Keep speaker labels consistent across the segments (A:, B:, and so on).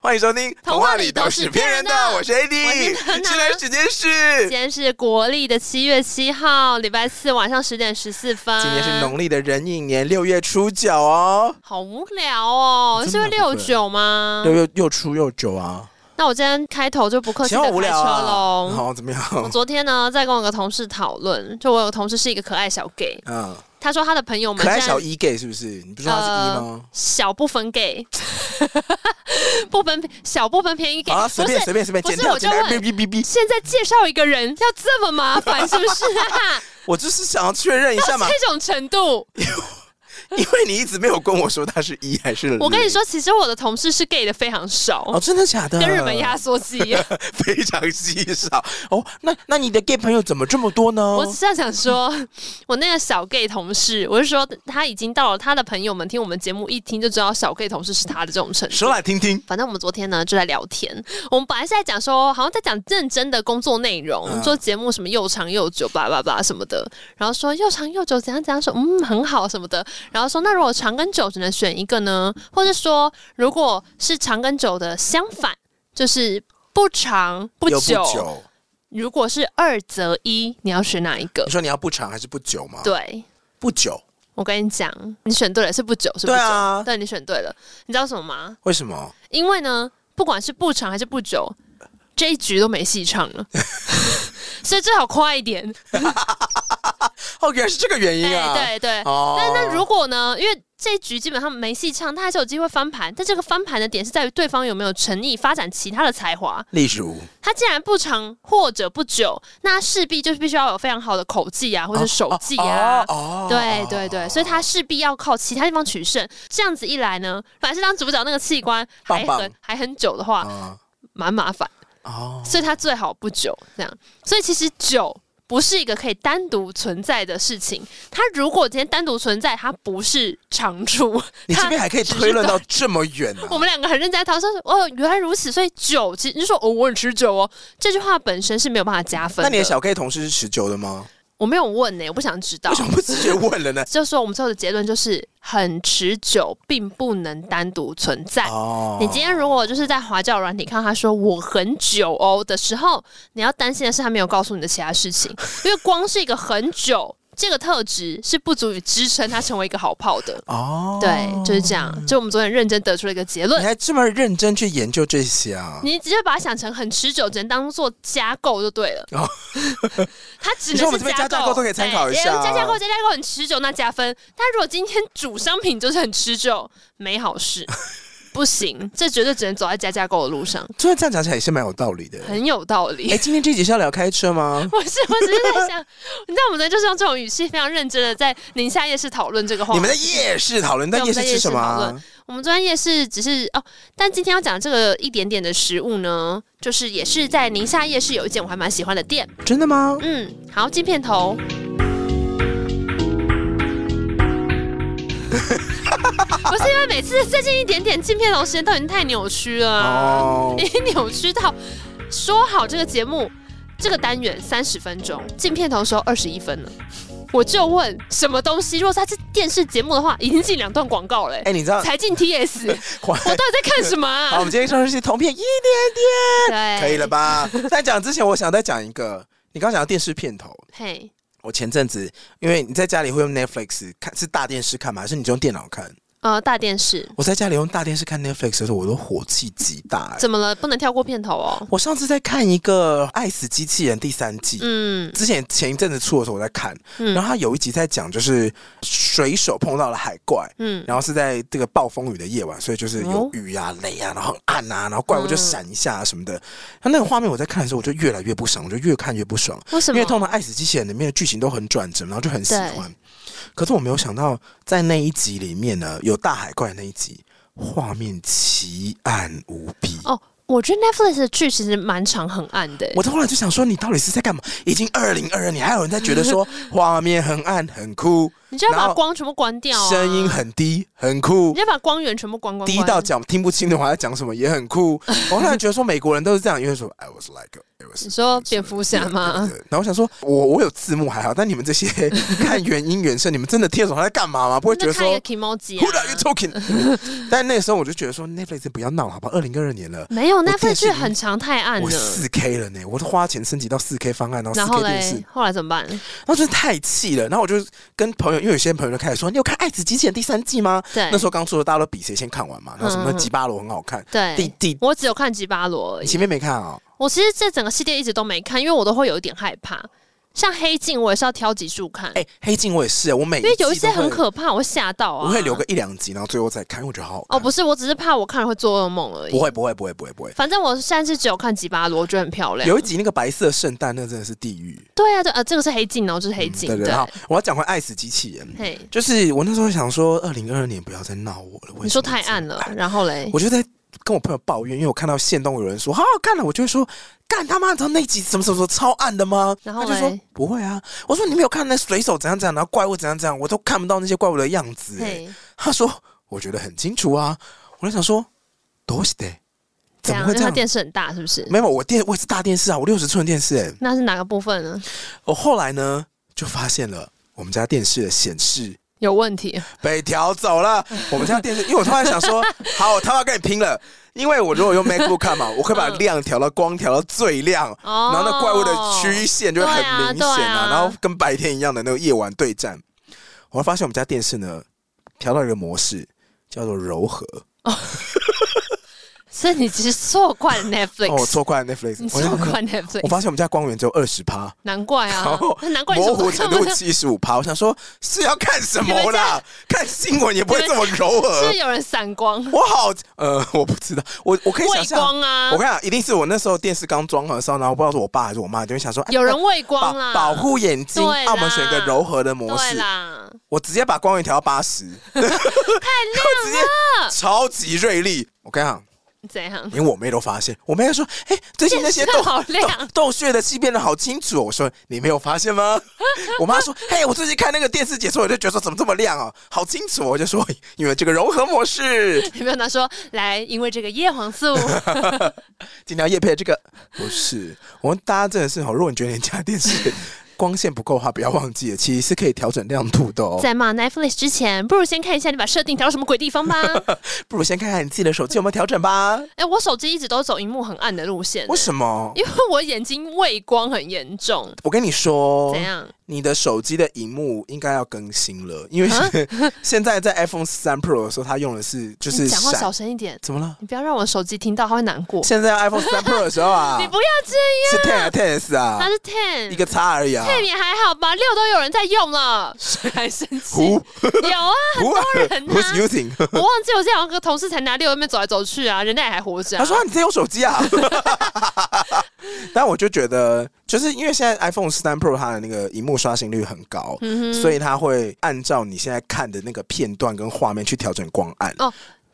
A: 欢迎收听《
B: 童话里都是骗人的
A: 我是 AD，
B: 我是娜娜
A: 现在时间是
B: 今天是国历的七月七号，礼拜四晚上十点十四分。
A: 今年是农历的壬寅年六月初九哦，
B: 好无聊哦，
C: 真
B: 是
C: 的
B: 会六九吗？
A: 六月又初又九啊，
B: 那我今天开头就不客气
A: 行，好
B: 的
A: 无
B: 开
A: 聊
B: 车
A: 啊。
B: 喽。
A: 好，怎么
B: 我
A: 样？
B: 昨天呢，在跟我有个同事讨论，就我有个同事是一个可爱小 gay，
A: 嗯，
B: 他说他的朋友们
A: 可爱
B: 现在
A: 小
B: 呃
A: 一 gay 是不是？你不是说他是一吗？
B: 小不分 gay，不分小不分偏一 gay，
A: 好了，随
B: 不是
A: 便随便随便，
B: 不是
A: 剪掉
B: 我就
A: 剪掉，哔
B: 问
A: 哔哔哔。
B: 现在介绍一个人要这么麻烦，是不是、 啊？
A: 我就是想要确认一下 嘛
B: 到，这种程度，
A: 因为你一直没有跟我说他是一还是零。
B: 我跟你说，其实我的同事是 gay 的非常
A: 哦，
B: 少，
A: 真的假的？
B: 跟日本压缩机一样。
A: 非常稀少哦。那那你的 gay 朋友怎么这么多呢？
B: 我只是想说，我那个小 gay 同事，我是说他已经到了他的朋友们听我们节目一听就知道小 gay 同事是他的这种程度。
A: 说来听听。
B: 反正我们昨天呢就在聊天，我们本来是在讲说，好像在讲认真的工作内容，
A: 嗯
B: 说节目什么又长又久，叭叭叭什么的，然后说又长又久怎样怎样，说嗯很好什么的，然后说那如果长跟久只能选一个呢，或者说如果是长跟久的相反，就是不长不
A: 又
B: 久，
A: 久，
B: 如果是二择一，你要选哪一个
A: 你？说你要不长还是不久吗？，
B: 对，
A: 不久。
B: 我跟你讲，你选对了是不久，是不久。
A: 对啊
B: 对你选对了，你知道什么吗？
A: 为什么？
B: 因为呢，不管是不长还是不久，这一局都没戏 唱了，所以最好快一点。
A: 哦，原来是这个原因啊！
B: 对哎对。
A: 哦，
B: 但那如果呢？因为这一局基本上没戏唱，他还是有机会翻盘。但这个翻盘的点是在于对方有没有诚意发展其他的才华。
A: 例如，
B: 他既然不长或者不久，那势必就是必须要有非常好的口技啊，或者手技啊。
A: 哦，哦
B: 对对对，所以他势必要靠其他地方取胜。这样子一来呢，反正当主角那个器官还很
A: 棒棒
B: 还很久的话，
A: 啊
B: 蛮麻烦，
A: 哦，
B: 所以他最好不久这样。所以其实久不是一个可以单独存在的事情。它如果今天单独存在，它不是长处。
A: 你这边还可以推论
B: 它
A: 到这么远啊呢、
B: 我们两个很认真在讨论，哦，原来如此。所以久，其实你说哦，我很持久哦，这句话本身是没有办法加分
A: 那
B: 的。
A: 你的小 K 同事是持久的吗？
B: 我没有问呢、我不想知道
A: 为。什么不直接问了 呢？
B: 就说我们最后的结论就是，很持久并不能单独存在。
A: 哦，
B: 哎你今天如果就是在华教软体看到他说我很久哦的时候，你要担心的是他没有告诉你的其他事情，因为光是一个很久这个特质是不足以支撑他成为一个好炮的。
A: 哦，
B: 对，就是这样。就我们昨天认真得出了一个结
A: 你
B: 论，
A: 还这么认真去研究这些啊？
B: 嗯你直接把它想成很持久，只能当做加购就对了。
A: 哦
B: 它只
A: 你说
B: 能
A: 我
B: 是
A: 们这边
B: 加
A: 加价购都可以参考一下
B: 对
A: 啊
B: 加价购加价购很持久，那加分。但如果今天主商品就是很持久，没好事，不行，这绝对只能走在加价购的路上。
A: 突然这样讲起来也是蛮有道理的。
B: 很有道理。
A: 哎，今天这集是要聊开车吗？
B: 我是我只是在想， 你知道我们昨天就是用这种语气，非常认真的在宁夏夜市讨论这个话。
A: 你们在夜市讨论，
B: 对
A: 在夜市吃什么
B: 我们在夜
A: 啊？
B: 我们昨天夜市只是哦，但今天要讲这个一点点的食物呢，就是也是在宁夏夜市有一间我还蛮喜欢的店。
A: 真的吗？
B: 嗯，好，进片 头。不是因为每次最近一点点进片头时间都已经太扭曲了啊。
A: 哦，
B: 已经扭曲到说好这个节目这个单元三十分钟，进片头的时候二十一分了。我就问什么东西？如果是它是电视节目的话，已经进两段广告了、欸
A: 哎，你知道？
B: 才 进 TS，我
A: 好，
B: 到底在看什么
A: 我
B: 啊
A: 们？今天上的是同片一
B: 对，
A: 可以了。吧？ 在讲之前，我想再讲一个，你刚刚讲到电视片头。
B: 嘿，
A: 我前阵子，因为你在家里会用 Netflix 看，是大电视看吗？还是你就用电脑看？
B: 呃，大电视
A: 我在家里用大电视看 Netflix 的时候，我都火气极大、欸。
B: 怎么了？不能跳过片头哦。
A: 我上次在看一个《爱死机器人》第三季，
B: 嗯
A: 之前前一阵子出的时候我在看，
B: 嗯
A: 然后他有一集在讲就是水手碰到了海怪，
B: 嗯，
A: 然后是在这个暴风雨的夜晚，所以就是有
B: 哦嗯
A: 雨啊、雷啊，然后很暗啊，然后怪物就闪一下、啊、什么的。那、那个画面我在看的时候，我就越来越不爽，我就越看越不爽，
B: 为什
A: 因
B: 么
A: 为？通常《爱死机器人》里面的剧情都很转折，然后就很喜
B: 对
A: 欢。可是我没有想到，在那一集里面呢，有大海怪那一集，画面奇暗无比。
B: 哦，我觉得 Netflix 的剧其实蛮长很暗的欸、
A: 我后来就 想说，你到底是在干嘛？已经二零二二年，还有人在觉得说画面很暗很酷，
B: 你就要
A: 然
B: 把
A: 后
B: 光全部关掉、啊，
A: 声音，很低，很酷
B: 你，要把光源全部关关
A: 低
B: 关
A: 到讲听不清的话，他讲什么也很 酷。我后来觉得说美国人都是这样，因为说 I was like it was
B: 你说蝙蝠侠吗？
A: 对然后我想说，我我有字幕还好，但你们这些 看原音原声，你们真的贴手他在干嘛吗？不会觉
B: 那
A: 得
B: 看一
A: 说
B: 个 emoji
A: Who are you
B: 啊。
A: talking？但 那时候我就觉得说 Netflix 不要闹了好吧，二零二二年了。
B: 没有，那份
A: 电视
B: 剧
A: 已
B: 很长太暗
A: 我
B: 了。
A: 四 K 了呢，我都花钱升级到四 K 方案，然后
B: 然
A: 四
B: 后
A: K 电视，
B: 嘞，后来怎么办？
A: 然后真的太气了。然后我就跟朋友，因为有些朋友就开始说：“你有看《爱子机器人》第三季吗？”
B: 对，
A: 那时候刚出的，大家都比谁先看完嘛。然后什么
B: 嗯
A: 吉巴罗很好看，第
B: 对，
A: 第
B: 我只有看吉巴罗而
A: 你
B: 已。
A: 前面没看啊、
B: 我其实这整个系列一直都没看，因为我都会有一点害怕。像黑镜，我也是要挑几数看，
A: 哎、黑镜我也是，我每
B: 因为有一
A: 季都
B: 些很
A: 会
B: 可怕，我会吓到啊。
A: 我会留个一两集，然后最后再看，因为我觉得好好看。
B: 哦，不是，我只是怕我看了会做噩梦而已
A: 不。会，不会，不会，不会，不会。
B: 反正我现在是只有看吉巴罗，我觉得很漂亮。
A: 有一集那个白色圣诞，那真的是地狱。
B: 对啊，对啊，这个是黑镜哦，就是黑镜。
A: 对对，好，我要讲回《爱死机器人》，
B: 嘿，
A: 就是我那时候想说，二零二二年不要再闹我了。为什么
B: 你说太暗
A: 这
B: 了
A: 么暗，
B: 然后嘞，
A: 我就在跟我朋友抱怨，因为我看到线动有人说好好看了，我就会说干他妈，你知道那集什么什么什么超暗的吗？
B: 然后
A: 他就说
B: 嘞
A: 不会啊，我说你没有看那水手怎样怎样，然后怪物怎样怎样，我都看不到那些怪物的样子、欸
B: 嘿，
A: 他说我觉得很清楚啊，我就想说どうして怎么
B: 样？
A: 会
B: 因
A: 这
B: 为它
A: 样？
B: 电视很大，是不是？
A: 没有，我电我也是大电视啊，我六十寸的电视、欸。
B: 那是哪个部分呢？
A: 我后来呢就发现了，我们家电视的显示
B: 有问题？
A: 被调走了。我们家电视，因为我突然想说， 好，我他妈跟你拼了。因为我如果用 MacBook 看嘛，我可以把亮调到光调到最亮，
B: 哦
A: 然后那怪物的曲线就会很明显
B: 对
A: 啊，
B: 啊对啊
A: 然后跟白天一样的那个夜晚对战。我发现我们家电视呢调到一个模式叫做柔和，
B: 所以你其实错怪了 Netflix，、
A: 哦，我错怪了 Netflix，
B: 你
A: 我
B: 错
A: 就
B: 怪
A: 我
B: Netflix，
A: 发现我们家光源只有二十趴，
B: 难怪啊
A: 然后，
B: 那难怪你
A: 模
B: 说
A: 糊
B: 我
A: 程
B: 看
A: 度
B: 不到。
A: 七十五趴。我想说，是要看什么
B: 你们
A: 啦
B: 家？
A: 看新闻也不会这么柔
B: 是不
A: 和
B: 是。有人散光、
A: 我好，呃，我不知道，我我可以想
B: 畏
A: 象，
B: 光啊
A: 我跟？你讲，一定是我那时候电视刚装好的时候，然后我不知道是我爸还是我妈，就会想说，哎
B: 有人畏
A: 保
B: 光 啦，
A: 保护眼睛，
B: 对啦
A: 啊，我们选一个柔和的模
B: 对
A: 式，
B: 啦，
A: 我直接把光源调到八十，太亮了，超级锐利。我跟你讲，
B: 怎样？
A: 连我妹都发现，我妹还说，哎，最近那些洞
B: 电视好亮
A: 洞洞穴的戏变得好清楚、哦。我说你没有发现 吗？我妈说，嘿，我最近看那个电视解说，我就觉得说怎么这么亮啊，好清楚、哦。我就说，因为这个融合模式。
B: 有没有拿说来？因为这个叶 黄素，
A: 今天要叶配这个不是，我们大家真的是哦。如果你觉得你家电视光线不够的话，不要忘记了，其实是可以调整亮度的哦。
B: 在骂 Netflix 之前，不如先看一下你把设定调到什么鬼地 方吧。
A: 不如先看看你自己的手机有没有调整吧。
B: 哎、我手机一直都走荧幕很暗的路线、
A: 为什么？
B: 因为我眼睛畏光很严重。
A: 我跟你说
B: 怎，样？
A: 你的手机的荧幕应该要更新了，因为 现在在 iPhone 三 Pro 的时候，它用的是就是
B: 啊你讲话
A: 闪
B: 小声一点，
A: 怎么了？
B: 你不要让我手机听到，它会难过。
A: 现在 iPhone 三 Pro 的时候啊，
B: 你不要这样，
A: 是 Ten 啊 Ten S 啊
B: 它，是
A: 一
B: ten，
A: 个叉而已啊。
B: 配免还好吧，六都有人在用了，还生气？
A: Who
B: 有啊，很
A: Who
B: 多
A: are-
B: 人啊
A: Who's。using？
B: 我忘记我之前有个同事才拿六在那边走来走去啊，人家也还活着、啊。
A: 他说、啊、你在用手机啊。 但我就觉得，就是因为现在 iPhone 三 Pro 它的那个荧幕刷新率很高，
B: 嗯
A: 所以它会按照你现在看的那个片段跟画面去调整光暗。
B: 哦，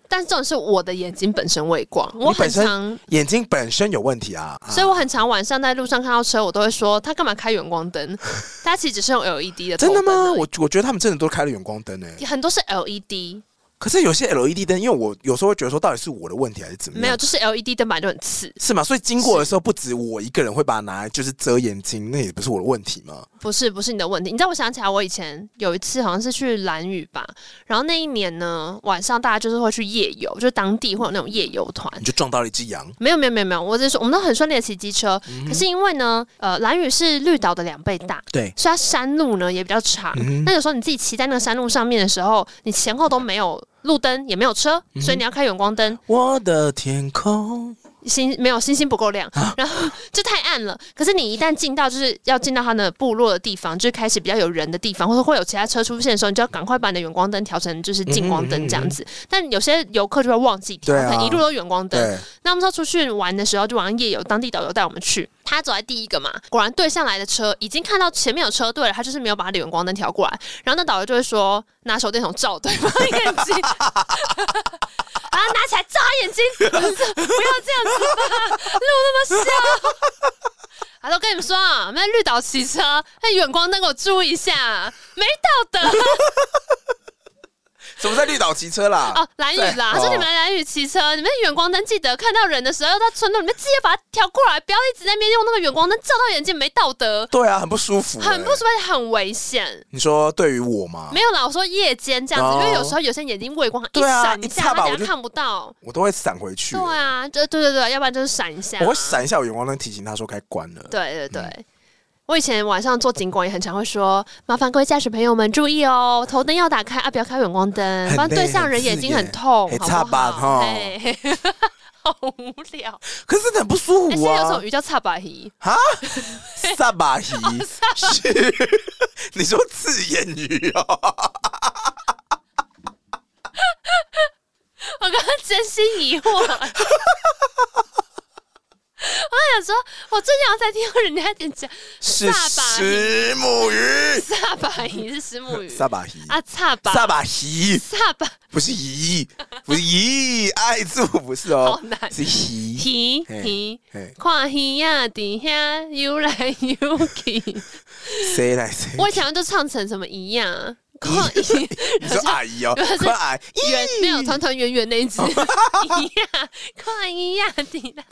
B: 但这种是我的眼睛本身畏光，我很
A: 本身
B: 常，
A: 眼睛本身有问题啊，啊
B: 所以我很常晚上在路上看到车，我都会说他干嘛开远光 灯？他其实只是用 LED 的头
A: 真
B: 灯
A: 的吗？
B: 而已
A: 我我觉得他们真的都开了远光灯诶、
B: 很多是 E LED，
A: 可是有些 LED 灯，因为我有时候会觉得说，到底是我的问题还是怎么样？
B: 没有，就是 LED 灯板就很刺，
A: 是吗？所以经过的时候，不止我一个人会把它拿来就是遮眼睛，那也不是我的问题吗？
B: 不是不是你的问题。你知道我想起来，我以前有一次好像是去蓝屿吧，然后那一年呢晚上大家就是会去夜游，就是当地会有那种夜游团
A: 你。就撞到了一只羊，
B: 没有没有没有没有，我只是说我们都很顺利的骑机车，可是因为呢，呃，蓝屿是绿岛的两倍大，
A: 对，
B: 所以它山路呢也比较长。那有时候你自己骑在那个山路上面的时候，你前后都没有路灯，也没有车，所以你要开远光灯，
A: 我的天空，
B: 星没有星星不够亮，
A: 啊
B: 然后就太暗了。可是你一旦进到就是要进到它的部落的地方，就是开始比较有人的地方，或者会有其他车出现的时候，你就要赶快把你的远光灯调成就是近光灯这样
A: 嗯
B: 子。但有些游客就会忘记调，
A: 对啊
B: 可能一路都远光灯。
A: 对，
B: 那我们说出去玩的时候，就晚上夜游，当地导游带我们去。他走在第一个嘛，果然对向来的车已经看到前面有车队了，他就是没有把他的远光灯调过来。然后那导游就会说，拿手电筒照对方的 眼睛，然后拿起来照他眼睛，我说不要这样子吧，路那么小。他说跟跟你们说啊，我们在绿岛骑车，那远光灯给我注意一下，没道德
A: 怎么在绿岛骑车啦？
B: 哦。蓝雨啦，
A: 对
B: 他说
A: 哦
B: 你们蓝雨骑车，你们远光灯记得看到人的时候，要到村落里面记得把它调过来，不要一直在那边用那个远光灯照到眼睛，没道德，
A: 对啊，很不舒服、
B: 很不
A: 欸
B: 舒服，而且很危险。
A: 你说对于我吗？
B: 没有啦，我说夜间这样子，
A: 哦
B: 因为有时候有些眼睛畏光，一
A: 对啊
B: 闪
A: 一
B: 下，
A: 插吧
B: 他
A: 我
B: 等下
A: 就
B: 看不到。
A: 我都会闪回去。
B: 对啊，对对对对，要不然就是闪一下。
A: 我会闪一下我远光灯，提醒他说该关了。
B: 对对对。
A: 嗯
B: 我以前晚上做警广也很常会说，麻烦各位驾驶朋友们注意哦，头灯要打开啊，不要开远光灯，
A: 很
B: 不然
A: 累
B: 对向
A: 很
B: 人
A: 刺
B: 眼睛
A: 眼
B: 很痛，
A: 很
B: 好
A: 差
B: 不
A: 吧吼
B: 好？嘿好无 聊。
A: 可是真的很不舒
B: 哎，
A: 服
B: 所以有
A: 啊
B: 种！鱼叫擦把鱼，
A: 萨
B: 哦
A: 巴鱼 是， 你说刺眼鱼哦？
B: 我刚刚真心疑 惑。我想说，我最近好像在听人家讲
A: 是
B: 萨巴鱼
A: 石母鱼，
B: 擦把鱼是 石目鱼
A: 萨巴鱼，
B: 啊，擦把
A: 萨巴鱼
B: 擦把
A: 不是鱼，不是鱼，爱字母不是
B: 好
A: 哦，
B: 难，
A: 是鱼。
B: 鱼
A: 嘿
B: 鱼。
A: 哎，
B: 看鱼呀，底下游来游去。
A: 谁来谁？
B: 我以前就唱成什么一样 啊，看鱼
A: 你说 哦阿姨哦，
B: 是
A: 快阿
B: 圆
A: 姨，
B: 没有团团圆圆那一只一样，看一样底下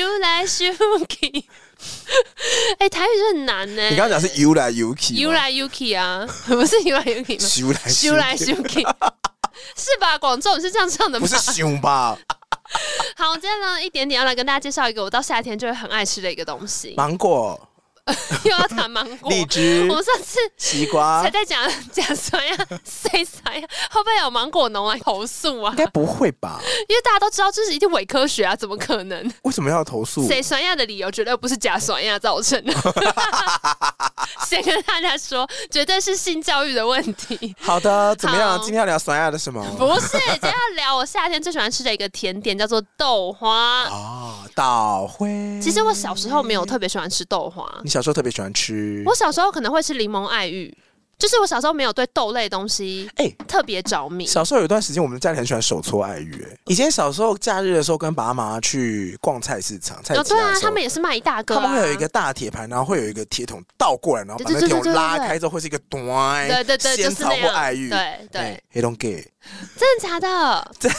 B: 游来 游去。哎，台语就很难呢
A: 你。刚刚讲是游来游去吗，
B: 游来游去啊， 不是游来游去吗？
A: 游来
B: 游来游 去。是吧？广州你是这样唱的吗
A: 不？是熊吧？
B: 好，今天呢一点点要来跟大家介绍一个我到夏天就会很爱吃的一个东西，
A: 芒果、
B: 又要谈芒果。
A: 荔枝
B: 我、们上次
A: 西瓜
B: 谁，在讲讲谁呀？谁谁呀？会不会有芒果农来投诉啊
A: 应？该不会吧？
B: 因为大家都知道这是一定伪科学啊，怎么可能？
A: 为什么要投诉？
B: 谁酸亚的理由绝对不是假酸亚造 成的。先跟大家说，绝对是性教育的问题。
A: 好的，怎么样？
B: 好
A: 今天要聊酸亚的什么？
B: 不是，今天要聊我夏天最喜欢吃的一个甜点，叫做豆花。
A: 哦，岛灰。
B: 其实我小时候没有特别喜欢吃豆花，
A: 你小时候特别喜欢吃
B: 我，小时候可能会吃柠檬爱玉，就是我小时候没有对豆类东西
A: 哎
B: 特别着迷。
A: 小时候有一段时间，我们家里很喜欢手搓爱玉。哎以前小时候假日的时候，跟爸妈去逛菜市场，菜市
B: 哦，
A: 场
B: 对啊
A: 的，时
B: 他
A: 候
B: 们也是卖一大个、啊，
A: 他们会有一个大铁盘，然后会有一个铁桶倒过来，然后把那
B: 对对对
A: 铁桶
B: 对对
A: 拉
B: 对
A: 开之后，会是一个端，
B: 对对对，就
A: 仙
B: 是
A: 草
B: 那
A: 或
B: 样。
A: 爱玉，
B: 对对
A: 哎，，黑龙给
B: 真的 假的？真的，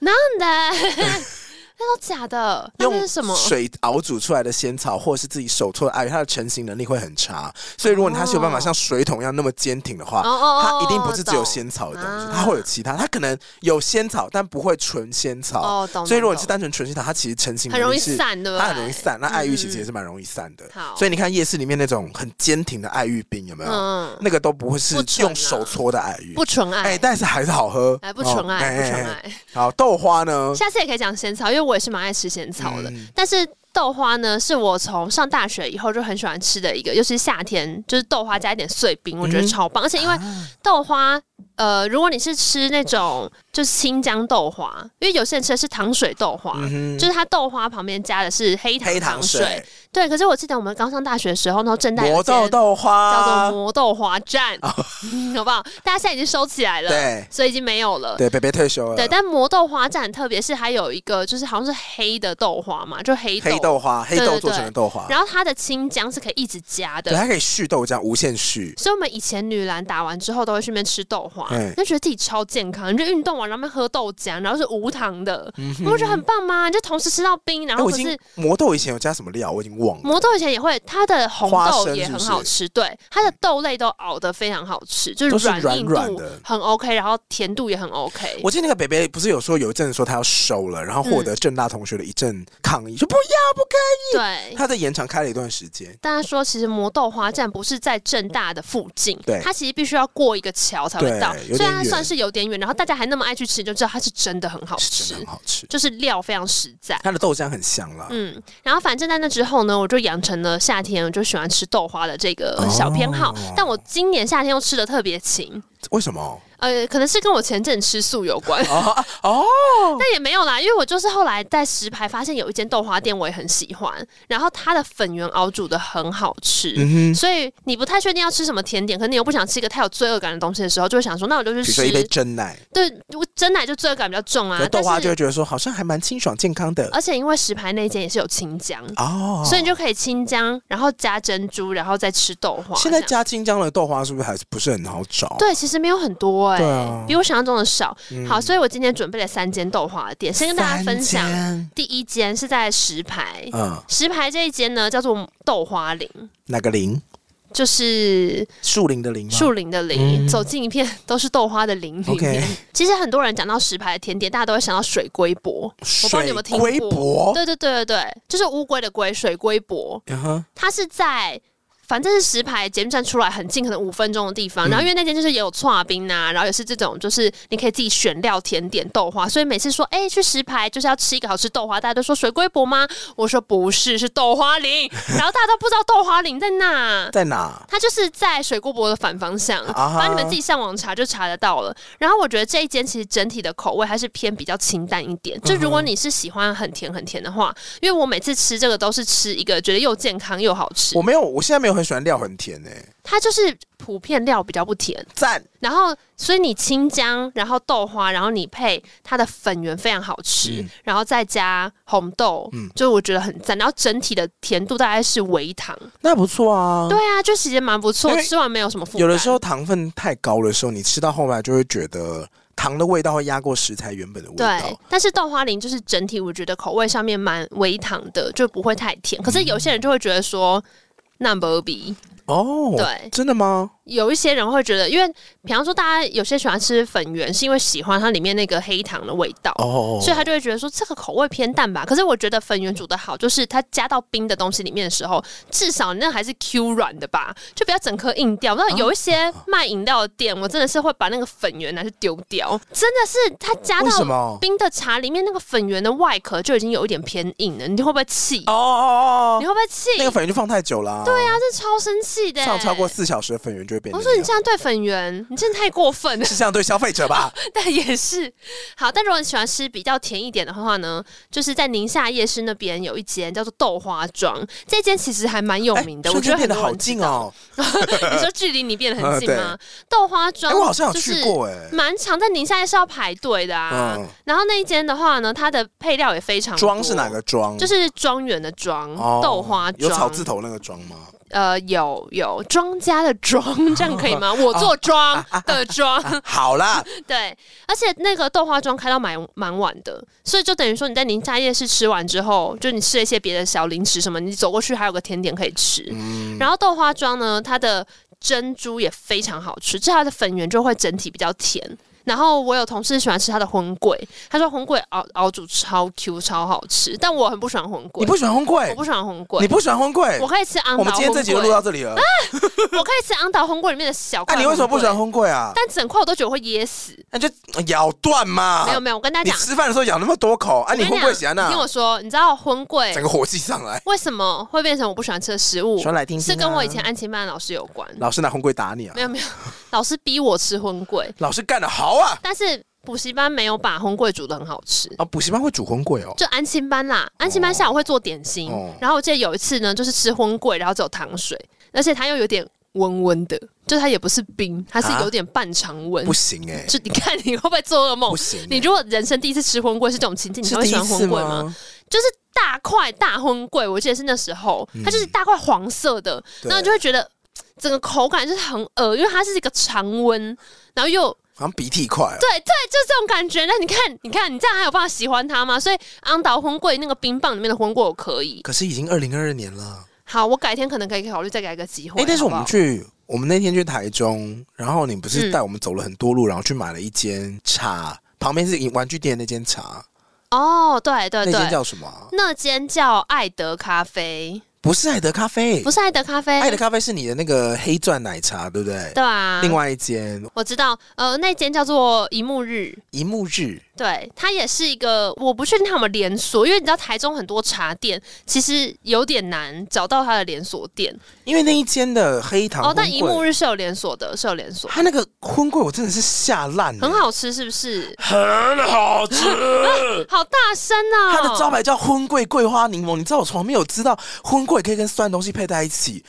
B: 那都假的。那那
A: 用
B: 是什么？
A: 水熬煮出来的仙草，或者是自己手搓的爱玉，它的成型能力会很差，所以如果它是有办法像水桶一样那么坚挺的话，
B: 哦哦
A: 啊它一定不是只有
B: 懂
A: 仙草的东西
B: 啊，
A: 它会有其他，它可能有仙草，但不会纯仙草。
B: 哦，懂。
A: 所以如果你
B: 懂
A: 是单纯纯仙草，它其实成型
B: 很容易
A: 是
B: 散，对不对？
A: 它很容易散。那爱玉其实也
B: 嗯
A: 是蛮容易散的。
B: 好
A: 所以你看夜市里面那种很坚挺的爱玉冰，有没有？
B: 嗯，
A: 那个都不会是
B: 不纯啊
A: 用手搓的爱玉。
B: 不纯
A: 哎，
B: 爱，
A: 但是还是好喝，
B: 哎，不纯
A: 哦
B: 爱，不纯。
A: 哎
B: 爱。
A: 好，豆花呢？
B: 下次也可以讲仙草，因为我也是蛮爱吃仙草的
A: 嗯。
B: 但是豆花呢，是我从上大学以后就很喜欢吃的一个，尤其是夏天，就是豆花加一点碎冰，我觉得
A: 嗯
B: 超棒。而且因为豆花，呃，如果你是吃那种就是清江豆花，因为有些人吃的是糖水豆花，
A: 嗯
B: 就
A: 哼，
B: 是它豆花旁边加的是黑糖
A: 黑糖水、
B: 对，可是我记得我们刚上大学的时候，然后正大有
A: 魔
B: 一间
A: 豆豆
B: 叫做
A: 花，
B: 魔豆花站，嗯 好不好？大家现在已经收起来了，
A: 对
B: 所以已经没有了。
A: 对，北北退休了。
B: 对，但魔豆花站，特别是还有一个就是好像是黑的豆花嘛，就黑豆。
A: 黑豆花，黑
B: 对
A: 豆
B: 对
A: 做
B: 对
A: 成的豆花，
B: 然后它的清姜是可以一直加
A: 对，
B: 的，
A: 它可以续豆浆，无限续。
B: 所以我们以前女篮打完之后都会去那边吃豆花
A: 嗯，
B: 就觉得自己超健康，你就运动完然后在那边喝豆浆，然后是无糖的，
A: 嗯
B: 你
A: 哼
B: 不觉得很棒吗？你就同时吃到冰，然
A: 哎
B: 后
A: 我
B: 可
A: 已
B: 是
A: 经魔豆以前有加什么料，我已经忘了。
B: 魔豆以前也会，它的红
A: 花
B: 豆
A: 生
B: 也
A: 是不
B: 很
A: 是
B: 好吃，对，它的豆类都熬得非常好吃，就
A: 都
B: 是
A: 是
B: 软
A: 软
B: 硬
A: 软
B: 度
A: 的
B: 很 OK，然后甜度也很 OK。
A: 我记得那个北北不是有说有一阵子说他要收了，然后获
B: 嗯
A: 得正大同学的一阵抗议，说不要不可以。
B: 对，
A: 他在延长开了一段时间，
B: 大家说其实魔豆花站不是在正大的附近，
A: 对
B: 它其实必须要过一个桥才会
A: 对
B: 到，
A: 有
B: 所以
A: 点
B: 它
A: 远
B: 算是有点远。然后大家还那么爱去吃，你就知道它是真的很好
A: 是
B: 吃
A: 真的，很好啊吃。
B: 哦就是料非常实在。
A: 它的豆浆很香啦，
B: 嗯，然后反正在那之后呢，我就养成了夏天我就喜欢吃豆花的这个小偏好，
A: 哦
B: 但我今年夏天又吃的特别勤，
A: 为什么？
B: 呃，可能是跟我前阵吃素有关，
A: 哦哦，
B: 但也没有啦，因为我就是后来在石牌发现有一间豆花店，我也很喜欢，然后它的粉圆熬煮的很好吃。
A: 嗯哼，
B: 所以你不太确定要吃什么甜点，可是你又不想吃一个太有罪恶感的东西的时候，就会想说，那我就去
A: 比如
B: 吃
A: 说一杯真奶，
B: 对，我真奶就罪恶感比较重
A: 可
B: 啊
A: 是。豆花
B: 但
A: 就是会觉得说好像还蛮清爽健康的
B: 而且因为石牌那间也是有清姜，
A: 哦，
B: 呃所以你就可以清姜，然后加珍珠，然后再吃豆花这样。
A: 现在加清江的豆花是不是还是不是很好找？
B: 对，其实没有很多哎、
A: 对啊
B: 比我想象中的少。
A: 嗯
B: 好，所以我今天准备了三间豆花店，先跟大家分享
A: 三。间
B: 第一间是在石牌，
A: 嗯，
B: 石牌这一间呢叫做豆花林，
A: 哪个林？
B: 就是
A: 树林的林吗？
B: 树林的林，
A: 嗯
B: 走进一片都是豆花的林里面。
A: OK
B: 其实很多人讲到石牌的甜点，大家都会想到水龟粿，
A: 水
B: 我不知道你有没有听过
A: 龟粿，
B: 对对对对对，就是乌龟的龟，水龟粿，
A: 嗯哼，
B: 它是在。反正是石牌捷运站出来很近，可能五分钟的地方。然后因为那间就是也有串冰啊，然后也是这种，就是你可以自己选料、甜点、豆花。所以每次说，哎、去石牌就是要吃一个好吃豆花，大家都说水龟粿吗？我说不是，是豆花林。然后大家都不知道豆花林在哪，
A: 在哪？
B: 它就是在水锅博的反方向，
A: 啊哈
B: 反正你们自己上网查就查得到了。然后我觉得这一间其实整体的口味还是偏比较清淡一
A: 嗯
B: 点。就如果你是喜欢很甜很甜的话，因为我每次吃这个都是吃一个觉得又健康又好吃
A: 我，没有，我现在没有很喜欢料很甜欸诶、
B: 它就是普遍料比较不甜。
A: 赞
B: 然后，所以你清姜，然后豆花，然后你配它的粉圆非常好吃，然后再加红豆，
A: 嗯
B: 就我觉得很赞。然后整体的甜度大概是微糖，
A: 那不错啊。
B: 对啊，就其实蛮不错
A: 因，为
B: 吃完没有什么负担。
A: 有的时候糖分太高的时候，你吃到后来就会觉得糖的味道会压过食材原本的味
B: 对
A: 道。，
B: 但是豆花林就是整体，我觉得口味上面蛮微糖的，就不会太甜。
A: 嗯
B: 可是有些人就会觉得说。number B，
A: 哦，
B: 对
A: 真的吗？
B: 有一些人会觉得，因为比方说大家有些喜欢吃粉圆，是因为喜欢它里面那个黑糖的味道，
A: 哦，
B: 所以他就会觉得说这个口味偏淡吧。可是我觉得粉圆煮的好，就是它加到冰的东西里面的时候，至少那还是 Q 软的吧，就不要整颗硬掉。那
A: 啊
B: 有一些卖饮料的店，我真的是会把那个粉圆拿去丢掉，真的是它加
A: 为
B: 到
A: 什么？
B: 冰的茶里面那个粉圆的外壳就已经有一点偏硬了，你会不会气？
A: 哦哦哦
B: 你
A: 哦，
B: 会不会气？
A: 那个粉圆就放太久了、对啊，
B: 真的超生气的、
A: 上超过四小时的粉圆就会变
B: 我
A: 成那
B: 说你
A: 样。
B: 这样对粉圆，你真的太过分了。
A: 是这样对消费者吧？
B: 但也是好，但如果你喜欢吃比较甜一点的话呢，就是在宁夏夜市那边有一间叫做豆花庄，这间其实还蛮有
A: 哎
B: 名的。
A: 瞬
B: 我觉
A: 间
B: 得很
A: 变得
B: 多
A: 好
B: 人知
A: 近
B: 道。
A: 哦！
B: 你说距离你变 得很
A: 嗯
B: 近吗？豆花
A: 哎、
B: 庄，
A: 我好像有
B: 就是
A: 去过哎、
B: 蛮长，但宁夏夜市要排队的啊。
A: 嗯
B: 然后那一间的话呢，它的配料也非常多
A: 庄是哪个庄？
B: 就是庄园的庄，
A: 哦
B: 豆花
A: 有
B: 庄，
A: 草字头那个庄吗？
B: 呃，有有庄家的庄， 这样 可以
A: 啊
B: 吗？我做庄的庄，
A: 好啦，
B: 对，而且那个豆花庄开到蛮蛮晚的，所以就等于说你在宁夏夜市吃完之后，就你吃了一些别的小零食什么，你走过去还有个甜点可以吃。
A: 嗯
B: 然后豆花庄呢，它的珍珠也非常好吃，就是它的粉圆就会整体比较甜。然后我有同事喜欢吃它的荤桂，他说荤桂熬熬煮超 Q 超好吃，但我很不喜欢荤桂，
A: 你不喜欢红
B: 我
A: 贵
B: 不，喜欢荤桂
A: 你，不喜欢红贵
B: 我，可以吃昂
A: 哎我
B: 达
A: 们今天这
B: 烘
A: 集就录到
B: 桂，
A: 这里了。
B: 我可以吃昂达烘桂里面的小块。
A: 啊，你为什么不喜欢？烘桂啊？
B: 但整块我都觉得会噎死。
A: 那就咬断嘛。
B: 没有没有，我跟大
A: 啊你
B: 家讲，
A: 吃饭的时候咬那么多口啊？
B: 我跟
A: 你
B: 你
A: 会不会喜欢
B: 讲
A: 那
B: 你听我说，你知道荤桂
A: 整个火气上来？
B: 为什么会变成我不喜欢吃的食物？
A: 说来听听啊
B: 是跟我以前安亲班的老师有关。
A: 老师拿红桂打你啊
B: 没？有没 有，老师逼我吃荤桂，
A: 老师干的好啊！
B: 但是补习班没有把荤桂煮的很好吃。
A: 啊，补习班会煮红桂哦。
B: 就安亲班啦，安亲班下午会做点心，
A: 哦
B: 然后我记得有一次呢，就是吃荤桂，然后只有糖水，而且它又有点温温的，就它也不是冰，它是
A: 啊
B: 有点半常温。
A: 不行哎，
B: 就你看你会不会做噩梦
A: 不？行欸。
B: 你如果人生第一次吃荤桂是这种情境，你
A: 是
B: 还会
A: 第
B: 喜
A: 一
B: 欢
A: 次
B: 荤桂吗？
A: 吗？
B: 就是大块大荤桂，我记得是那时候，它就是大块黄色的，
A: 嗯对
B: 然后你就会觉得嘖整个口感就是很恶，因为它是一个常温，然后又
A: 好像鼻涕块哦。
B: 对对，就是这种感觉。那你看，你看，你这样还有办法喜欢它吗？所以昂岛荤桂那个冰棒里面的荤桂我可以，
A: 可是已经二零二二年了。
B: 好，我改天可能可以考虑再给一个机会。
A: 哎，但是我
B: 好
A: 们
B: 不好
A: 去，我们那天去台中，然后你不是
B: 嗯
A: 带我们走了很多路，然后去买了一间茶，旁边是玩具店的那间茶，
B: 哦，对对
A: 那间
B: 对。
A: 叫什么啊？
B: 那间叫爱德咖啡，
A: 不是爱德咖啡，
B: 不是爱德咖啡，
A: 爱德咖啡是你的那个黑钻奶茶，对不对？
B: 对啊。
A: 另外一间
B: 我知道，呃，那间叫做一幕日，
A: 一幕日，
B: 对，它也是一个，我不确定它有没有连锁，因为你知道台中很多茶店其实有点难找到它的连锁店
A: 因为那一间的黑糖
B: 哦。但
A: 荤
B: 一
A: 桂
B: 幕日是有连锁的，是有连锁，
A: 它那个荤桂我真的是吓烂了，
B: 很，好吃是不是？
A: 很好 吃。
B: 好大声哦！
A: 它的招牌叫荤桂桂花柠檬，你知道我从来没有知道荤桂可以跟酸的东西配在一起，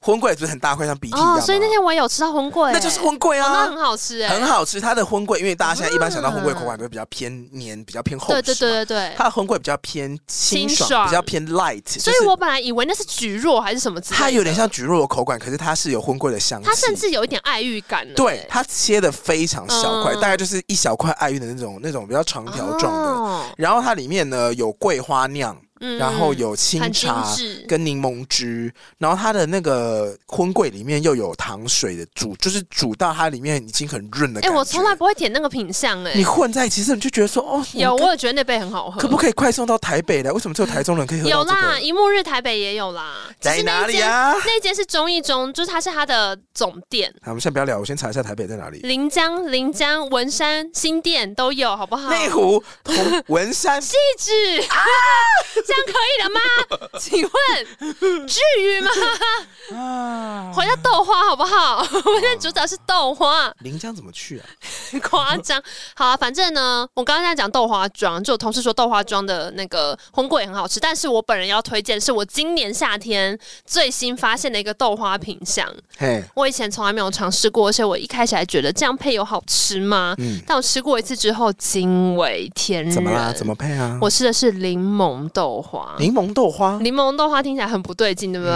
A: 荤桂不是很大块像鼻涕一样吗、
B: 哦，所以那天我也有吃到红桂、
A: 那就是荤桂
B: 哦，那
A: 啊。
B: 很好吃哎、
A: 很好吃，它的荤桂，因为大家现在一般想到荤桂
B: 啊
A: 口感都会比较偏黏，比较偏厚实嘛。
B: 对对对对对。
A: 它的荤桂比较偏清
B: 清
A: 爽，
B: 爽
A: 比较偏 light，
B: 所以我本来以为那是菊若还是什么之类的，
A: 它有点，像菊若的口感，可是它是有荤桂的香气。
B: 它甚至有一点爱欲感了、
A: 对
B: 哎
A: 它切的非常小块，
B: 嗯
A: 大概就是一小块爱玉的那种那种比较长条状的。
B: 哦
A: 然后它里面呢有桂花酿，
B: 嗯
A: 然后有清
B: 很精
A: 茶
B: 致，
A: 跟柠檬汁，然后它的那个荤桂里面又有糖水的煮，就是煮到它里面已经很润的
B: 哎、
A: 感觉。
B: 我从来不会点那个品相哎、
A: 你混在一起，其实你就觉得说哦，
B: 有，
A: 我
B: 我
A: 们
B: 也觉得那杯很好喝。
A: 可可不可以快送到台北来？为什么只有台中人可以喝
B: 有
A: 到这
B: 啦，
A: 个？
B: 一幕日台北也有啦，只
A: 在
B: 是
A: 哪
B: 那
A: 里
B: 一间、
A: 啊？
B: 那一间是中一中，就是它是它的总店，
A: 好，我们先不要聊，我先查一下台北在哪里。
B: 临江、临江、文山、新店都有，好不好？
A: 内湖、同文 山，
B: 地址、
A: 啊
B: 这样可以了 吗？请问至于吗？
A: 啊，
B: 回到豆花好不好？我们现在主打是豆花，
A: 临江怎么去啊？
B: 夸张。好啊，反正呢，我刚刚在讲豆花庄，就有同事说豆花庄的那个荤桂很好吃，但是我本人要推荐是我今年夏天最新发现的一个豆花品相，
A: 嘿，
B: 我以前从来没有尝试过，而且我一开始还觉得这样配有好吃吗？
A: 嗯，
B: 但我吃过一次之后惊为天人。
A: 怎么啦？怎么配啊？
B: 嗯我吃的是柠檬豆花。
A: 柠檬豆花
B: 柠檬豆花听起来很不对劲，对不对？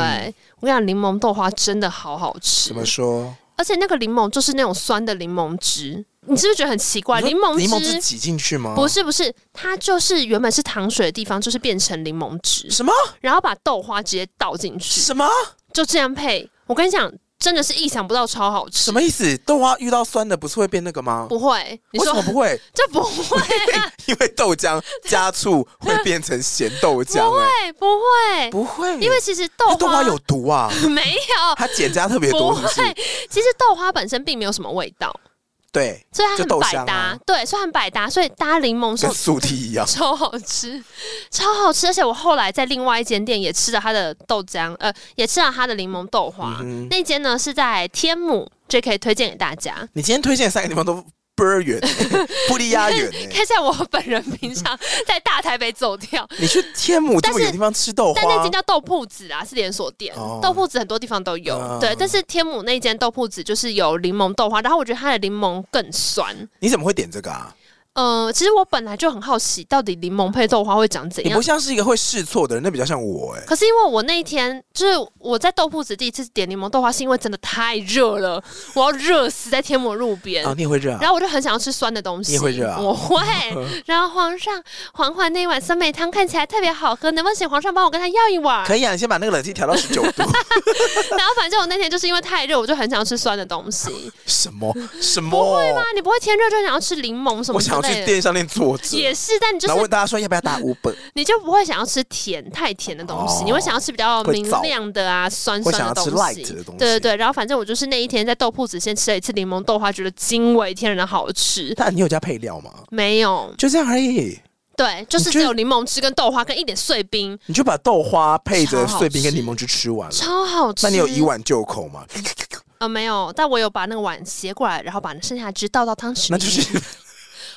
B: 我跟你讲，柠檬豆花真的好好吃
A: 嗯怎，么说？
B: 而且那个柠檬就是那种酸的柠檬汁，你是不是觉得很奇怪？
A: 你
B: 柠
A: 说
B: 檬
A: 柠檬汁
B: 汁
A: 挤进去吗？
B: 不是不是，它就是原本是糖水的地方，就是变成柠檬汁，
A: 什么
B: 然后把豆花直接倒进去，
A: 什么
B: 就这样配。我跟你讲，真的是意想不到，超好吃。
A: 什么意思？豆花遇到酸的不是会变那个吗？
B: 不会？你
A: 为什
B: 说
A: 么不会？
B: 这不会？
A: 因为豆浆加 醋会变成咸豆浆、欸，
B: 不会？
A: 不会，
B: 因为其实豆
A: 那
B: 花
A: 豆花有毒啊，
B: 没有？
A: 它碱加特别
B: 不
A: 多，是不
B: 会
A: 是？，
B: 其实豆花本身并没有什么味道。
A: 对，
B: 所以它
A: 就
B: 很
A: 豆
B: 百
A: 香
B: 搭，
A: 啊
B: 对，所以它很百搭，所以搭柠檬
A: 跟
B: 寿
A: 素梯一 样。
B: 超好吃，超好吃。而且我后来在另外一间店也吃了它的豆浆，呃，也吃了它的柠檬豆花。
A: 嗯哼
B: 那间呢是在天母，这可以推荐给大家。
A: 你今天推荐的三个地方都倍儿 远欸、不离家远、欸。
B: 看一下我本人平常在大台北走 跳，
A: 你去天母这么远的地方吃豆
B: 但那
A: 花
B: 间，叫豆铺子啊，是连锁店，
A: 哦
B: 豆铺子很多地方都有。
A: 嗯
B: 对，但是天母那间豆铺子就是有柠檬豆花，然后我觉得它的柠檬更酸。
A: 你怎么会点这个啊？
B: 呃，其实我本来就很好奇，到底柠檬配豆花会长怎
A: 你
B: 样
A: 不。像是一个会试错的人，那比较像我哎、
B: 可是因为我那一天就是我在豆铺子第一次点柠檬豆花，是因为真的太热了，我要热死在天母路边。
A: 啊，你也会这样
B: 然后我就很想要吃酸的东西，
A: 你也会热啊
B: 我会。然后皇上，嬛嬛那一碗酸梅汤看起来特别好喝，能不能请皇上帮我跟他要一 碗？
A: 可以啊，你先把那个冷气调到十九 度。
B: 然后反正我那天就是因为太热，我就很想要吃酸的东
A: 哦
B: 西。
A: 什么什么？
B: 不会吗？你不会天热就想要吃柠檬什么
A: 我
B: 之
A: 想要去
B: 类的？
A: 电商店坐着，
B: 也是，但你就
A: 然后
B: 是
A: 问大家说要不要 打五本，
B: 你就不会想要吃甜太甜的东西，
A: 哦
B: 你会想要吃比较
A: 会
B: 明
A: 燥
B: 亮的啊，酸
A: 会
B: 酸
A: 想
B: 的
A: 要
B: 东
A: 吃
B: 西。
A: light 的东西。
B: 对对。对，然后反正我就是那一天在豆铺子先吃了一次柠檬豆花，觉得惊为天人的好吃。
A: 但你有加配料吗？
B: 没有，
A: 就这样而已，
B: 对，就是
A: 你觉
B: 只
A: 得
B: 有柠檬汁跟豆花跟一点碎冰，
A: 你就把豆花配着碎冰
B: 超好吃
A: 跟柠檬汁吃完了。
B: 超好吃。
A: 那你有以碗就口吗？
B: 呃没有，但我有把那个碗斜过来，然后把剩下的汁倒到汤匙里面。
A: 那就是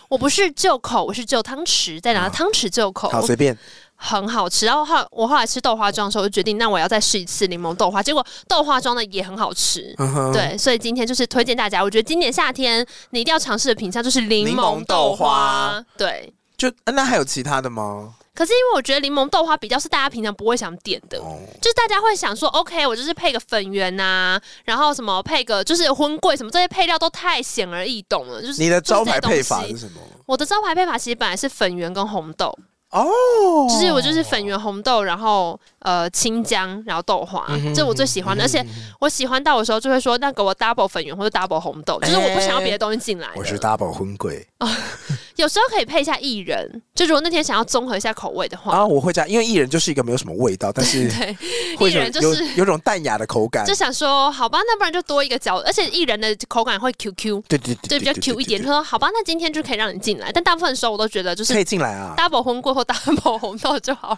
B: 我不是就口，我是就汤匙，再拿汤匙就口，
A: 啊好随便。
B: 很好吃。然后后我后来吃豆花庄的时候，我就决定那我要再试一次柠檬豆花，结果豆花庄的也很好吃。
A: 嗯哼，
B: 对，所以今天就是推荐大家，我觉得今年夏天你一定要尝试的品相就是柠
A: 柠
B: 檬
A: 檬
B: 豆
A: 豆
B: 花
A: 花。
B: 对，
A: 就啊那还有其他的吗？
B: 可是因为我觉得柠檬豆花比较是大家平常不会想点的，
A: 哦，
B: 就是大家会想说，OK，我就是配个粉圆呐、然后什么配个就是荤桂什么这些配料都太显而易懂了，就是
A: 你的招牌配
B: 就
A: 法
B: 是这些
A: 是
B: 东西
A: 什么？
B: 我的招牌配法其实本来是粉圆跟红豆，
A: 哦，
B: 就是我就是粉圆红豆，然后呃青姜，然后豆花，
A: 嗯哼嗯
B: 这我最喜欢的。而且我喜欢到的时候，就会说那给我 double 粉圆或者 double 红豆，就是我不想要别的东西进来了。
A: 哎我是 double 荤贵
B: 有时候可以配一下薏仁，就如果那天想要综合一下口味的话，
A: 啊，我会这样，因为薏仁就是一个没有什么味道，但是
B: 哦 对，
A: 会
B: 薏
A: 有
B: 仁就
A: 有
B: 是
A: 有种淡雅的口感
B: 就。想说好吧，那不然就多一个角，而且薏仁的口感会 Q Q，
A: 对对对，
B: 就比较
A: 对
B: Q 一点。他
A: 对对
B: 说好吧，那今天就可以让你进来，但大部分时候我都觉得就
A: 对可
B: 是
A: 以进来啊。
B: double 昏过或 double 红豆就好。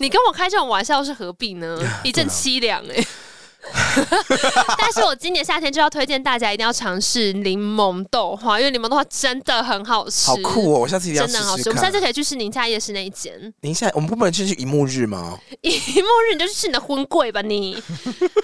B: 你跟我开这种玩笑是何必 呢？
A: 啊
B: 一阵凄凉哎、 但是我今年夏天就要推荐大家一定要尝试柠檬豆花，因为柠檬豆花真的很好吃，
A: 好酷哦！我下次一定要
B: 真
A: 试
B: 的很好吃。
A: 试
B: 我们下
A: 看
B: 次。可以去吃宁夏夜市那一间。
A: 您现在我们不能去一幕日吗？
B: 一 幕日你就去吃你的婚柜吧你。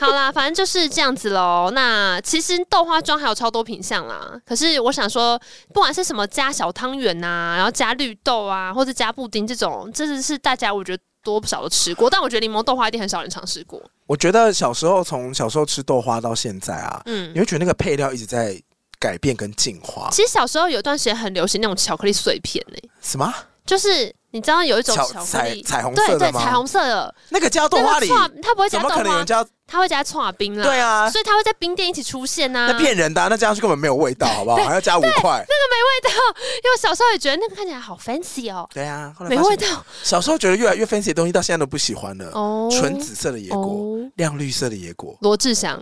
B: 好啦，反正就是这样子喽。那其实豆花庄还有超多品相啦，可是我想说，不管是什么加小汤圆呐，然后加绿豆啊，或者加布丁这种，这只是大家我觉得多不少都吃过，但我觉得柠檬豆花一定很少人尝试过。
A: 我觉得小时候从小时候吃豆花到现在啊，
B: 嗯
A: 你。会觉得那个配料一直在改变跟进化。
B: 其实小时候有一段时间很流行那种巧克力碎片呢、
A: 什么？
B: 就是你知道有一种
A: 巧
B: 巧克
A: 彩
B: 力，
A: 彩虹
B: 对
A: 色
B: 对，
A: 的
B: 彩
A: 吗？
B: 虹色的
A: 那个叫豆花里，
B: 那个它不会加
A: 怎么
B: 豆
A: 可能有
B: 花
A: 人，叫？
B: 它会加搓冰啦，
A: 对啊，
B: 所以它会在冰店一起出现呐、
A: 那骗人的啊，那这样就根本没有味道，好不好？还要加五块。
B: 因为我小时候也觉得那个看起来好 fancy 哦，
A: 对啊，后来
B: 没
A: 发
B: 味
A: 现
B: 道
A: 小时候觉得越来越 fancy 的东西，到现在都不喜欢了。
B: 哦
A: 纯紫色的野果，
B: 哦。
A: 亮绿色的野果，
B: 罗 志祥，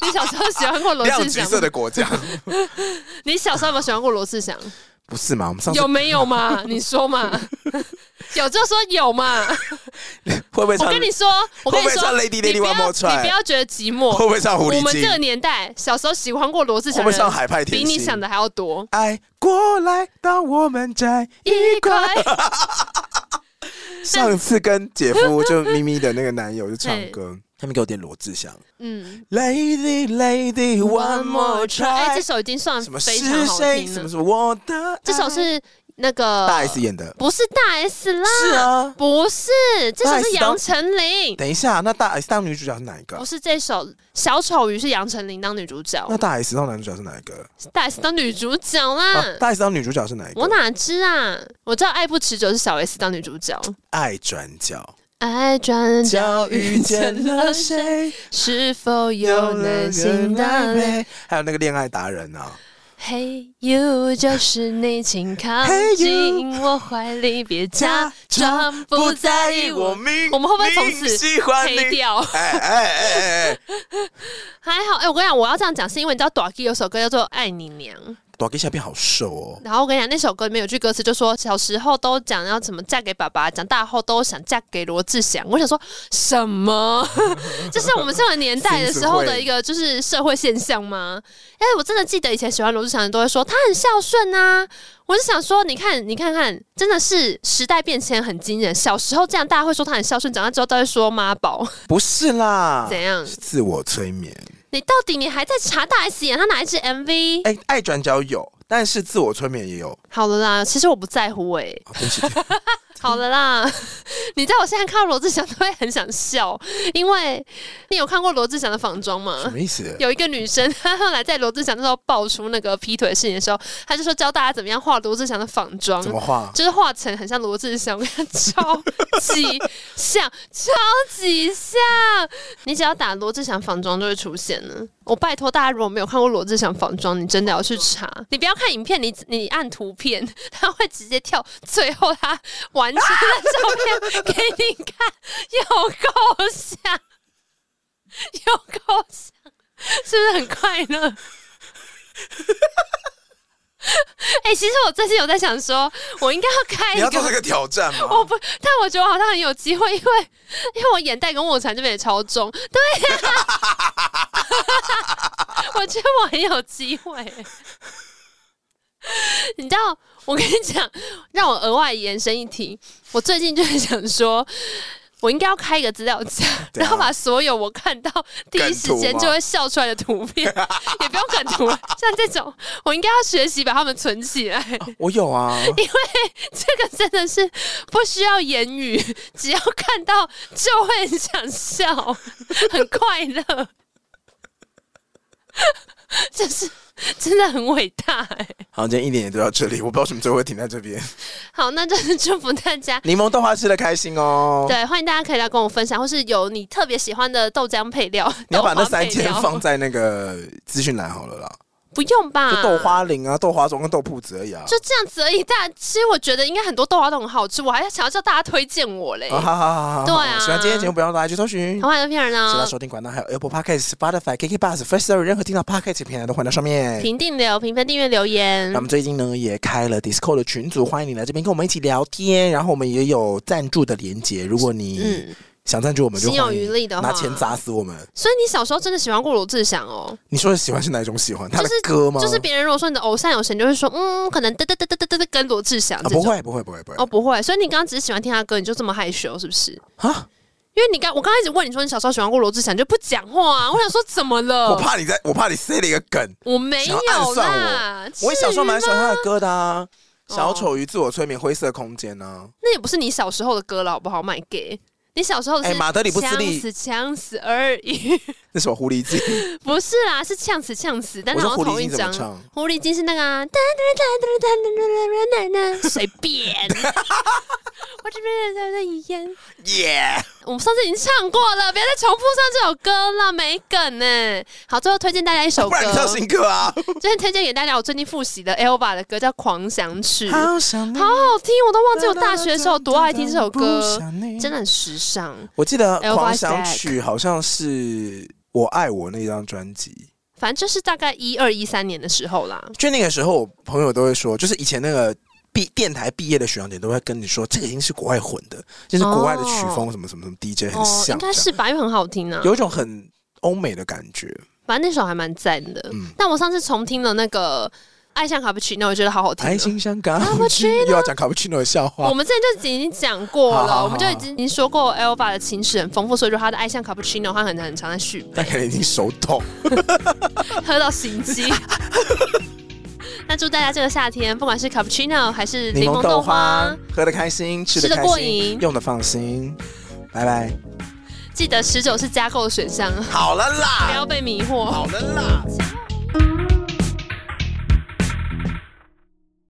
B: 你小时候喜欢过罗
A: 亮
B: 志
A: 橘
B: 祥
A: 色
B: 吗？
A: 的果 酱，
B: 你小时候有没有喜欢过罗志祥？
A: 不是嘛？我们上次
B: 有没 有嘛？你说嘛？有就说有嘛。
A: 会不会
B: 我
A: 唱？
B: 跟你说，我跟你
A: 会不会
B: 说
A: 唱 Lady
B: 你
A: Lady
B: 不
A: One
B: 要
A: More
B: 你不
A: Try？
B: 要觉得寂寞。
A: 会不会唱狐
B: 我
A: 狸
B: 们这个
A: 精？
B: 年代小时候喜欢过罗志
A: 会
B: 祥
A: 不会唱
B: 的，
A: 海派甜
B: 比
A: 心？
B: 你想的还要多。
A: 爱过来，让我们在
B: 一块，
A: 上次跟姐夫就咪咪的那个男友就唱歌，他们给我点罗志祥
B: 嗯
A: ，Lady Lady One More
B: 哎，
A: Try，
B: 这首已经算
A: 什么
B: 非
A: 是
B: 常好
A: 谁？
B: 听
A: 什么
B: 了。
A: 什么我的爱，
B: 这首是啊那个
A: 大 S 演的，
B: 不是大 S 啦，
A: 是啊。
B: 不是，这首
A: 大
B: 是
A: S
B: 杨
A: 当
B: 丞琳，
A: 等一下，那大 S 当女主角是哪一个
B: 不？是这首《小丑鱼》是杨丞琳当女主角，
A: 那大 S 当男主角是哪一个？
B: 大 S 当女主角啦。
A: 啊，大 S 当女主角是哪一
B: 我
A: 个？
B: 哪知啊？我知道《爱不持久》是小 S 当女主角，
A: 爱转角，
B: 爱转角
A: 角
B: 遇
A: 遇
B: 见
A: 见
B: 了
A: 了
B: 谁？
A: 谁？
B: 是否有
A: 有
B: 能
A: 了
B: 心
A: 心
B: 的
A: 的
B: 泪
A: 泪，还有那个恋爱达人啊，
B: ？Hey you，就是你，请靠
A: Hey you
B: 近我怀里，别假装不在意我。
A: 明
B: 我们会不会从此
A: 明喜欢你
B: 黑掉？
A: 哎哎哎哎哎，
B: 还好，哎、我跟你讲，我要这样讲是因为你知道 d a k i 有首歌叫做《爱你娘》，
A: 短给小编好瘦哦，
B: 然后我跟你讲，那首歌里面有句歌词就说，小时候都讲要怎么嫁给爸爸，长大后都想嫁给罗志祥。我想说什么？ 这是我们上个年代的时候的一个就是社会现象吗？哎，我真的记得以前喜欢罗志祥的人都会说他很孝顺啊。我是想说，你看，你看看，真的是时代变迁很惊人。小时候这样，大家会说他很孝顺，长大之后都会说妈宝，
A: 不是啦，
B: 怎样？
A: 是自我催眠。
B: 你到底你还在查大 S 演他哪一支 MV？、
A: 哎，爱转角有，但是自我催眠也有。
B: 好了啦，其实我不在乎哎、
A: 哦对不起，
B: 好了啦， 你知道我现在看到罗志祥都会很想笑，因为你有看过罗志祥的仿妆
A: 什
B: 吗？
A: 么意思？
B: 有一个女生， 她后来在罗志祥那时候爆出那个劈腿的事情的时候，她就说教大家怎么样画罗志祥的仿妆
A: 怎，么画？
B: 就是画成很像罗志祥，我跟你讲 超级像，超级像。你只要打罗志祥仿妆就会出现了。我拜托大家，如果没有看过罗志祥仿妆，你真的要去查。你不要看影片，你你按图片， 他会直接跳最后他完成的照片给你看， 有够像，有够像，是不是很快乐？ 哎、其实我最近有在想说，我应该要开
A: 你
B: 一
A: 要
B: 个
A: 做这个挑战吗？
B: 哦我不，但我觉得我好像很有机会，因为因为我眼袋跟卧蚕这边也超重，对呀、 我觉得我很有机会。 你知道，我跟你讲，让我额外延伸一题，我最近就是想说，我应该要开一个资料夹，
A: 对啊
B: 然后把所有我看到第一时间就会笑出来的图片， 也不用梗图了，像这种，我应该要学习把它们存起来。
A: 我有啊，
B: 这个真的是不需要言语，只要看到就会很想笑，很快乐。就是真的很伟大哎、
A: 好，今天一点也都到这里，我不知道为什么最后会停在这边。
B: 好，那就是祝福大家。
A: 柠檬豆花吃的开心哦。
B: 对，欢迎大家可以来跟我分享，或是有你特别喜欢的豆浆配料。
A: 你要把那
B: 豆花配
A: 三间
B: 料
A: 放在那个资讯栏好了啦，
B: 不用吧？
A: 就豆花林啊、豆花庄跟豆铺子而已啊。
B: 就嗯这样子而已。但其实我觉得应该很多豆花都很好吃，我还想要叫大家推荐我嘞。
A: 啊，好好好好，
B: 对啊
A: 喜欢今天节目不要大家去搜寻
B: 台。湾的片人
A: 其他
B: 呢？
A: 收听管道还有 Apple Podcast、Spotify、KK Bus、First Story 任何听到 Podcast 的平台都欢迎到上面。
B: 评定留、评分、订阅、留言
A: 那我。们最近呢也开了 Discord 的群组，欢迎你来这边跟我们一起聊天。然后我们也有赞助的连接，如果你
B: 嗯，
A: 想赞助我们，就
B: 心有
A: 欢迎
B: 余力的
A: 拿
B: 话
A: 钱砸死我们。
B: 所以你小时候真的喜欢过罗志祥哦？
A: 你说的喜欢是哪一种喜欢？他的
B: 是
A: 歌吗？
B: 就是别人如果说你的偶像有谁，你就会说嗯，可能嘚嘚嘚嘚嘚嘚跟罗志祥
A: 啊，
B: 这
A: 不
B: 种。
A: 会不会不会不会
B: 哦，不会。所以你刚刚只是喜欢听他歌，你就这么害羞是不是？
A: 啊！
B: 因为你刚我刚开始问你说你小时候喜欢过罗志祥，你就不讲话啊。我想说怎么了？
A: 我怕你在，我怕你塞了一个梗。
B: 我没
A: 想要
B: 有
A: 暗算
B: 啦，
A: 我也小时候
B: 至于
A: 蛮喜
B: 吗
A: 欢他的歌的啊，《
B: 啊哦
A: 小丑鱼自我催眠》《灰色空间》啊呢。
B: 那也不是你小时候的歌了，好不好？卖给你小时候的
A: 哎
B: 是
A: 马德里不斯利
B: 呛死呛死而已，
A: 那首《狐狸 精》，
B: 不是啦，是呛死呛死，但
A: 我
B: 是
A: 说
B: 好
A: 狐
B: 像
A: 狸
B: 同一
A: 精怎么
B: 张。
A: 唱？
B: 狐狸精是那个啊哒哒哒哒哒哒哒哒哒哒随便，我这边在在一言，
A: 耶！
B: 我们上次已经唱过了，不要再重复唱这首歌了，没梗呢、好，最后推荐大家一首
A: 不
B: 歌
A: 然你，唱新歌啊！
B: 最近推荐给大家我最近复习的 Elva 的歌叫《狂想曲》，好
A: 好想你，
B: 好听，我都忘记我大学的时候多爱听这首歌，真
A: 的。
B: 的很时尚。
A: 我记得
B: Elvis
A: 《狂想曲》好像是《我爱我》那张专辑，
B: 反正就是大概一二一三年的时候啦。
A: 就那个时候，我朋友都会说，就是以前那个。毕电台毕业的学长姐都会跟你说，这个已经是国外混的，就是国外的曲风，什么什么什么 DJ 很
B: 哦，
A: 像，
B: 应该是吧，因为很好听啊
A: 这样。有一种很欧美的感觉。
B: 反正那首还蛮赞的。
A: 嗯
B: 但我上次重听了那个《爱像卡布奇诺》，我觉得好好听
A: 爱
B: 哦。
A: 情香港
B: 卡布奇诺
A: 又要讲卡布奇诺的笑话
B: 我，们之前就已经讲过了，
A: 好好好
B: 我们就已经已经说过 Elva 的情史很丰富，所以说他的《爱像卡布奇诺》，他很很常 在续
A: 但可能已经手痛。
B: 喝到心机。 那祝大家这个夏天，不管是 cappuccino 还是 柠
A: 柠
B: 檬
A: 檬
B: 豆
A: 豆
B: 花
A: 花，，喝的开心，吃
B: 吃得
A: 的开
B: 过
A: 心
B: 瘾，
A: 用的放心。拜拜。
B: 记得十九是加购的选项，
A: 好了
B: 不
A: 啦，
B: 要被迷惑。
A: 好了啦。
B: 下